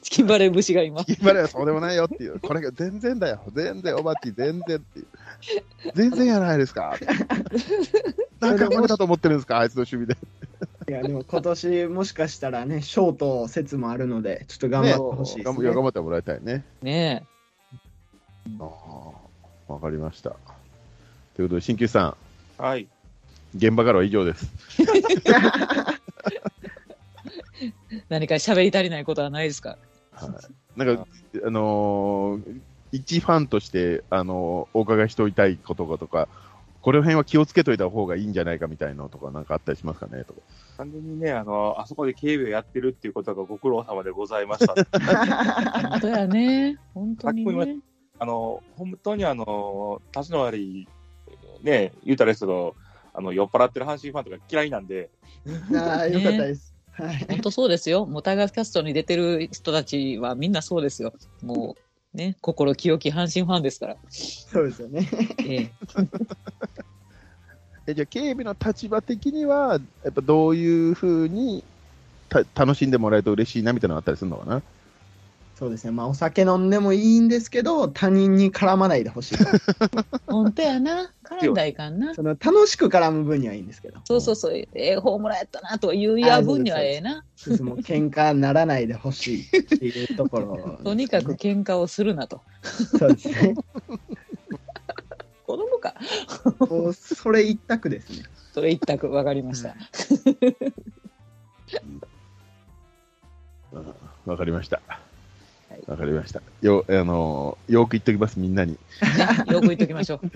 Speaker 1: チキンバレー節が今。
Speaker 3: チキンバレーはそうでもないよっていう。これが全然だよ。全然、おばち、全然っていう。全然やないですか。なんか生まれたと思ってるんですか、あいつの守備で。
Speaker 2: いや、でも今年もしかしたらね、ショート説もあるので、ちょっと頑張ってほしいで
Speaker 3: 頑
Speaker 2: す
Speaker 3: 張
Speaker 2: ね。
Speaker 3: 頑張ってもらいたいね。
Speaker 1: ね
Speaker 3: ああ、わかりました。ということで、新旧さ
Speaker 4: はい。
Speaker 3: ん、現場からは以上です。
Speaker 1: え、何か喋り足りないことはないですか
Speaker 3: はい、なんか、あのー一ファンとして、あのーお伺いしておいたいことがとか、この辺は気をつけといた方がいいんじゃないかみたいなのとか、なんかあったりしますかねとか。
Speaker 4: 完全にね、あの、あそこで警備をやってるっていうことがご苦労様でございました。
Speaker 1: 本当やね。本当にね。
Speaker 4: あの、本当にあの、立ちの悪い、ね、言うたらですけど、あの、酔っ払ってる阪神ファンとか嫌いなんで、
Speaker 2: ああ、よかったです。はい。
Speaker 1: 本当そうですよ。もうタイガースキャストに出てる人たちはみんなそうですよ。もう、ね、心清き阪神ファンですから。
Speaker 2: そうですよね。
Speaker 1: ええ。
Speaker 3: えじゃあ、警備の立場的には、やっぱどういうふうにた楽しんでもらえると嬉しいなみたいなのがあったりするのかな。
Speaker 2: そうですね。まあ、お酒飲んでもいいんですけど、他人に絡まないでほしいと。
Speaker 1: 本当やな。絡んだらいかんな。
Speaker 2: その楽しく絡む分にはいいんですけど、
Speaker 1: そうそうそう。ええ、ホームランやったなというや分にはええな。
Speaker 2: もう喧嘩にならないでほしいっていう (laughs) ところ、
Speaker 1: とにかく。喧嘩をするなと。
Speaker 2: そうですね。
Speaker 1: 子供か。
Speaker 2: もうそれ一択ですね。
Speaker 1: それ一択わかりました。
Speaker 3: うんわかりました
Speaker 1: い。
Speaker 3: わかりました。よ、あのーよく言っておきます、みんなに。
Speaker 1: ね、よく言っときましょう。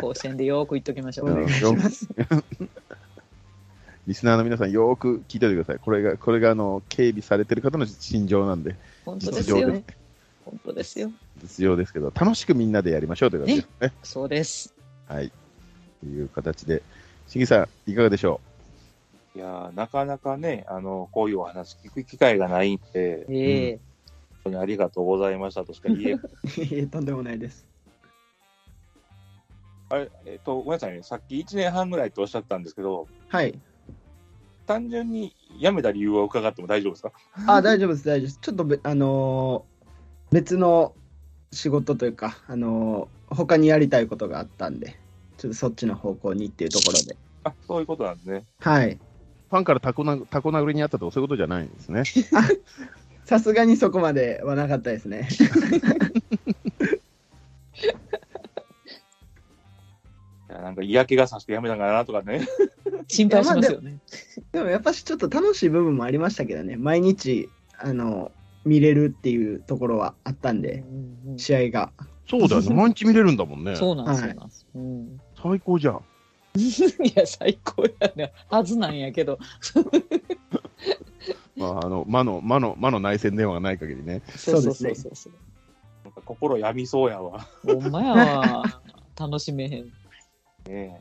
Speaker 1: 甲子園でよく言っときましょ
Speaker 2: お
Speaker 1: う。
Speaker 2: 願いします。
Speaker 3: リスナーの皆さん、よーく聞いておいてください。これが、これが、あの、警備されてる方の心情なんで、
Speaker 1: 本当で
Speaker 3: 実
Speaker 1: す
Speaker 3: 情で
Speaker 1: よ
Speaker 3: す。。
Speaker 1: 本当ですよ。
Speaker 3: 実用ですけど、楽しくみんなでやりましょうということですね。
Speaker 1: そうです。
Speaker 3: はい。という形で、しぎさん、いかがでしょ
Speaker 4: いやーなかなかね、あの、こういうお話聞く機会がないんで、
Speaker 1: ええ
Speaker 4: 本当にありがとうございましたとしか言え、
Speaker 2: いえとんでもないです。
Speaker 4: えっと、ごめんなさいね、さっき1年半ぐらいっておっしゃったんですけど、
Speaker 2: はい。
Speaker 4: 単純に辞めた理由を伺っても大丈夫ですか
Speaker 2: あ、大丈夫です、大丈夫です。ちょっとべ、あのー別の仕事というか、あのー他にやりたいことがあったんで、ちょっとそっちの方向にっていうところで。
Speaker 4: あ、そういうことなんですね。
Speaker 2: はい。
Speaker 3: うファンからタコなタコ殴りにあったとかそういうことじゃないんですね。
Speaker 2: さすがにそこまではなかったですね。
Speaker 4: なんか嫌気がさしてやめたんかなとかね。 (laughs)
Speaker 1: 心配しますよね。
Speaker 2: (laughs) でもやっぱしちょっと楽しい部分もありましたけどね、毎日、あの、見れるっていうところはあったん
Speaker 1: うん
Speaker 2: で、
Speaker 1: うんうん
Speaker 2: 試合が。
Speaker 3: (laughs) そうだよね。 (laughs) 毎日見れるんだもんね。
Speaker 1: そうなんです、
Speaker 2: はい
Speaker 1: そ
Speaker 2: う
Speaker 1: なんです。うん
Speaker 3: 最高じゃん。
Speaker 1: いや、最高やね。はずなんやけど。
Speaker 3: まあ、あの、魔の、魔の、魔の内戦電話がない限りね。
Speaker 1: そうそ
Speaker 2: そ
Speaker 1: う
Speaker 2: う
Speaker 1: そう
Speaker 2: です
Speaker 1: そうそう。
Speaker 4: なんか心病みそうやわ。
Speaker 1: ほんまやわ。楽しめへん。
Speaker 4: ね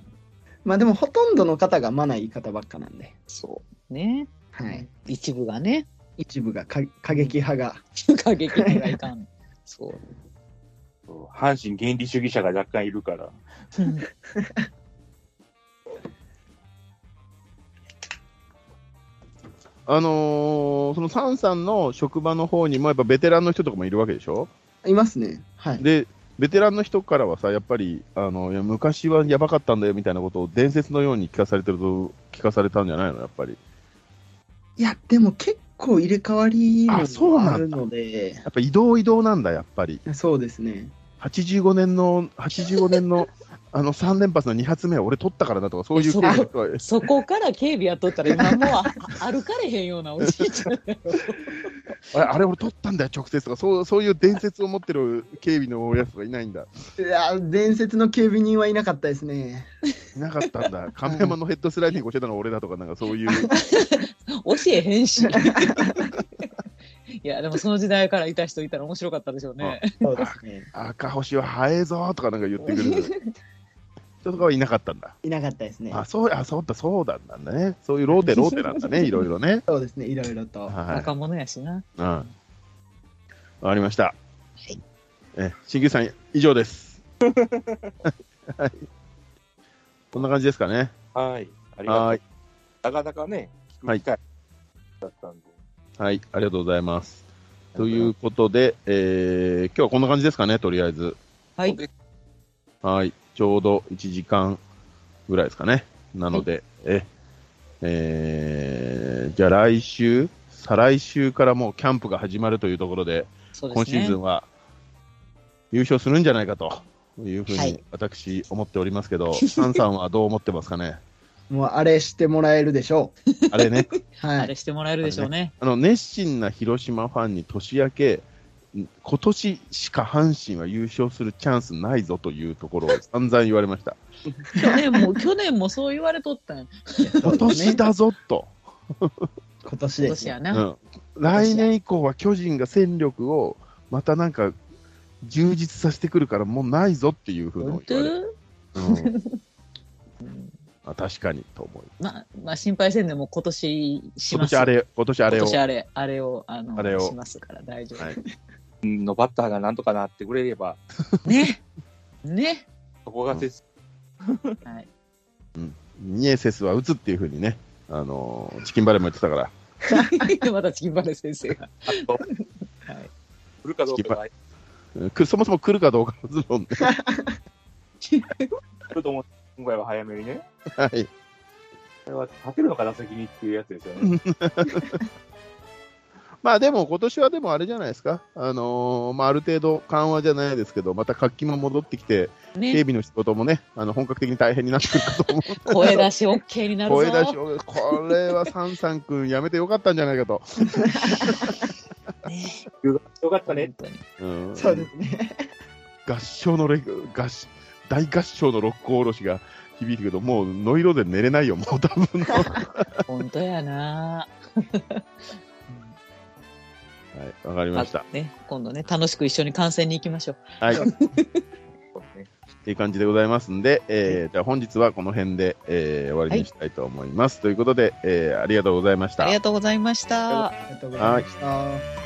Speaker 2: まあでもほとんどの方がマナー言い方ばっかなんで、
Speaker 1: そう。ね。
Speaker 2: はい。
Speaker 1: 一部がね、
Speaker 2: 一部がか過激派が。
Speaker 1: (laughs) 過激にはいかん。
Speaker 3: (laughs)
Speaker 1: そう。
Speaker 4: え阪神原理主義者が若干いるから。
Speaker 1: うん
Speaker 3: あのーそのサンさんの職場の方にも、やっぱベテランの人とかもいるわけでしょ
Speaker 2: いますね。はい。
Speaker 3: で、ベテランの人からはさ、やっぱり、あの、いや昔はやばかったんだよみたいなことを伝説のように聞かされてると、聞かされたんじゃないのやっぱり。
Speaker 2: いや、でも結構入れ替わり
Speaker 3: あそう
Speaker 2: も
Speaker 3: なんだ
Speaker 2: あるので、
Speaker 3: やっぱ移動移動なんだ、やっぱり。
Speaker 2: そうですね。
Speaker 3: 85年の、85年の、あの、3連発の2発目は俺取ったからだとか、そういう
Speaker 1: そ
Speaker 3: 経
Speaker 1: う
Speaker 3: 験とは
Speaker 1: そこから警備やっとったら今もうあ歩かれへんようなおじいちゃんやろ。
Speaker 3: あれ、あれ俺取ったんだよ、直接とか、そうそういう伝説を持ってる警備のやつがいないんだ。
Speaker 2: いや、伝説の警備人はいなかったですね。
Speaker 3: いなかったんだ。亀山のヘッドスライディング教えたの俺だとか、なんかそういう。
Speaker 1: 教えへん
Speaker 3: (laughs)
Speaker 1: し。いやでもその時代からいた人いたら面白かったでしょうね。
Speaker 2: そうですね。
Speaker 3: 赤星は早えぞとかなんか言ってくる人とかはいなかったんだ。
Speaker 2: いなかったですね。
Speaker 3: あ、そう、あ、そうだ、そうだったんだね。そういうローテ、ローテなんだね、いろいろね。
Speaker 2: そうですね、いろいろと。
Speaker 3: は
Speaker 1: 若者やしな。
Speaker 3: い。うん。わかりました。え、新宮さん、以上です。はい。こんな感じですかね。
Speaker 4: はい。ありがとう。
Speaker 3: はい。
Speaker 4: なかなかね、聞く機会だったんで。
Speaker 3: はい、ありがとうございます。ということで、えー、今日はこんな感じですかね、とりあえず。
Speaker 1: はい。
Speaker 3: はい、ちょうど1時間ぐらいですかね。なので、え、えーじゃあ来週、再来週からもうキャンプが始まるというところで、
Speaker 1: そうで
Speaker 3: 今
Speaker 1: す
Speaker 3: シー
Speaker 1: ね
Speaker 3: ズ。ンは優勝するんじゃないかというふう
Speaker 1: は
Speaker 3: に
Speaker 1: い
Speaker 3: 私、思っておりますけど、サンさんはどう思ってますかね。 (laughs)
Speaker 2: もうあれしてもらえるでしょ
Speaker 3: あれね、
Speaker 2: う。は
Speaker 1: あれ
Speaker 2: い。
Speaker 1: してもらえるでしょうね。
Speaker 3: あの熱心な広島ファンに年明け、ん今年しか阪神は優勝するチャンスないぞというとこ
Speaker 1: (laughs)
Speaker 3: ろを散々言われました。
Speaker 1: 去年も去年もそう言われとったん。
Speaker 3: 今年だぞと。
Speaker 2: 今年
Speaker 1: 今
Speaker 2: で
Speaker 1: 年
Speaker 2: すね。
Speaker 1: や
Speaker 3: う
Speaker 1: な。
Speaker 3: ん、来年以降は巨人が戦力をまたなんか充実させてくるからもうないぞっていうふう
Speaker 1: 本
Speaker 3: に
Speaker 1: 当
Speaker 3: 言われ、うんあ、確かにと思い
Speaker 1: まあ、まあ心配せんでも今年し
Speaker 3: 今
Speaker 1: ます。
Speaker 3: 年あれ、今年あれを
Speaker 1: 今。年あれ、あれを、あの、
Speaker 3: あれを
Speaker 1: しますから大丈夫。
Speaker 3: はい
Speaker 4: うんのバッターがなんとかなってくれれば、
Speaker 1: ね。ね。
Speaker 4: そこが説
Speaker 1: はい。
Speaker 3: ニエセスは打つっていうふうにね、あのーチキンバレーも言ってたから、
Speaker 1: (laughs) またチキンバレー先生が。
Speaker 4: 明と
Speaker 1: はい。
Speaker 4: 来るかどうかが
Speaker 3: うんくそもそも来るかどうかのズボンで、
Speaker 4: 来ると思う。今回は早めにね。
Speaker 3: (laughs) はい、
Speaker 4: これは立てるのかな、先にっていうやつですよね。
Speaker 3: まあでも、今年はでもあれじゃないですか、あのーまあ、ある程度緩和じゃないですけど、また活気も戻ってきて、警
Speaker 1: ね。
Speaker 3: 備の仕事もね、あの本格的に大変になってくるかと思う
Speaker 1: 声出し OK になるぞ。
Speaker 3: 声出しを、これはサンサン君、やめてよかったんじゃないかと。
Speaker 1: ね。
Speaker 4: よかったね。
Speaker 1: 本当に。
Speaker 3: うん
Speaker 2: そうですね。 (laughs)
Speaker 3: 合唱のレ合唱大合唱の六甲おろしが響くけど、もうノイローゼ寝れないよ、もう多分
Speaker 1: (laughs) 本当やな。
Speaker 3: はい、わかりました。
Speaker 1: ね、今度ね、楽しく一緒に観戦に行きましょう。
Speaker 3: はい
Speaker 4: そうね
Speaker 3: っていう感じでございますんで、えー、じゃあ本日はこの辺で、えー、終わりにしたいと思います。ということで、えー、ありがとうございました。
Speaker 1: ありがとうございました。
Speaker 2: ありがとうございました。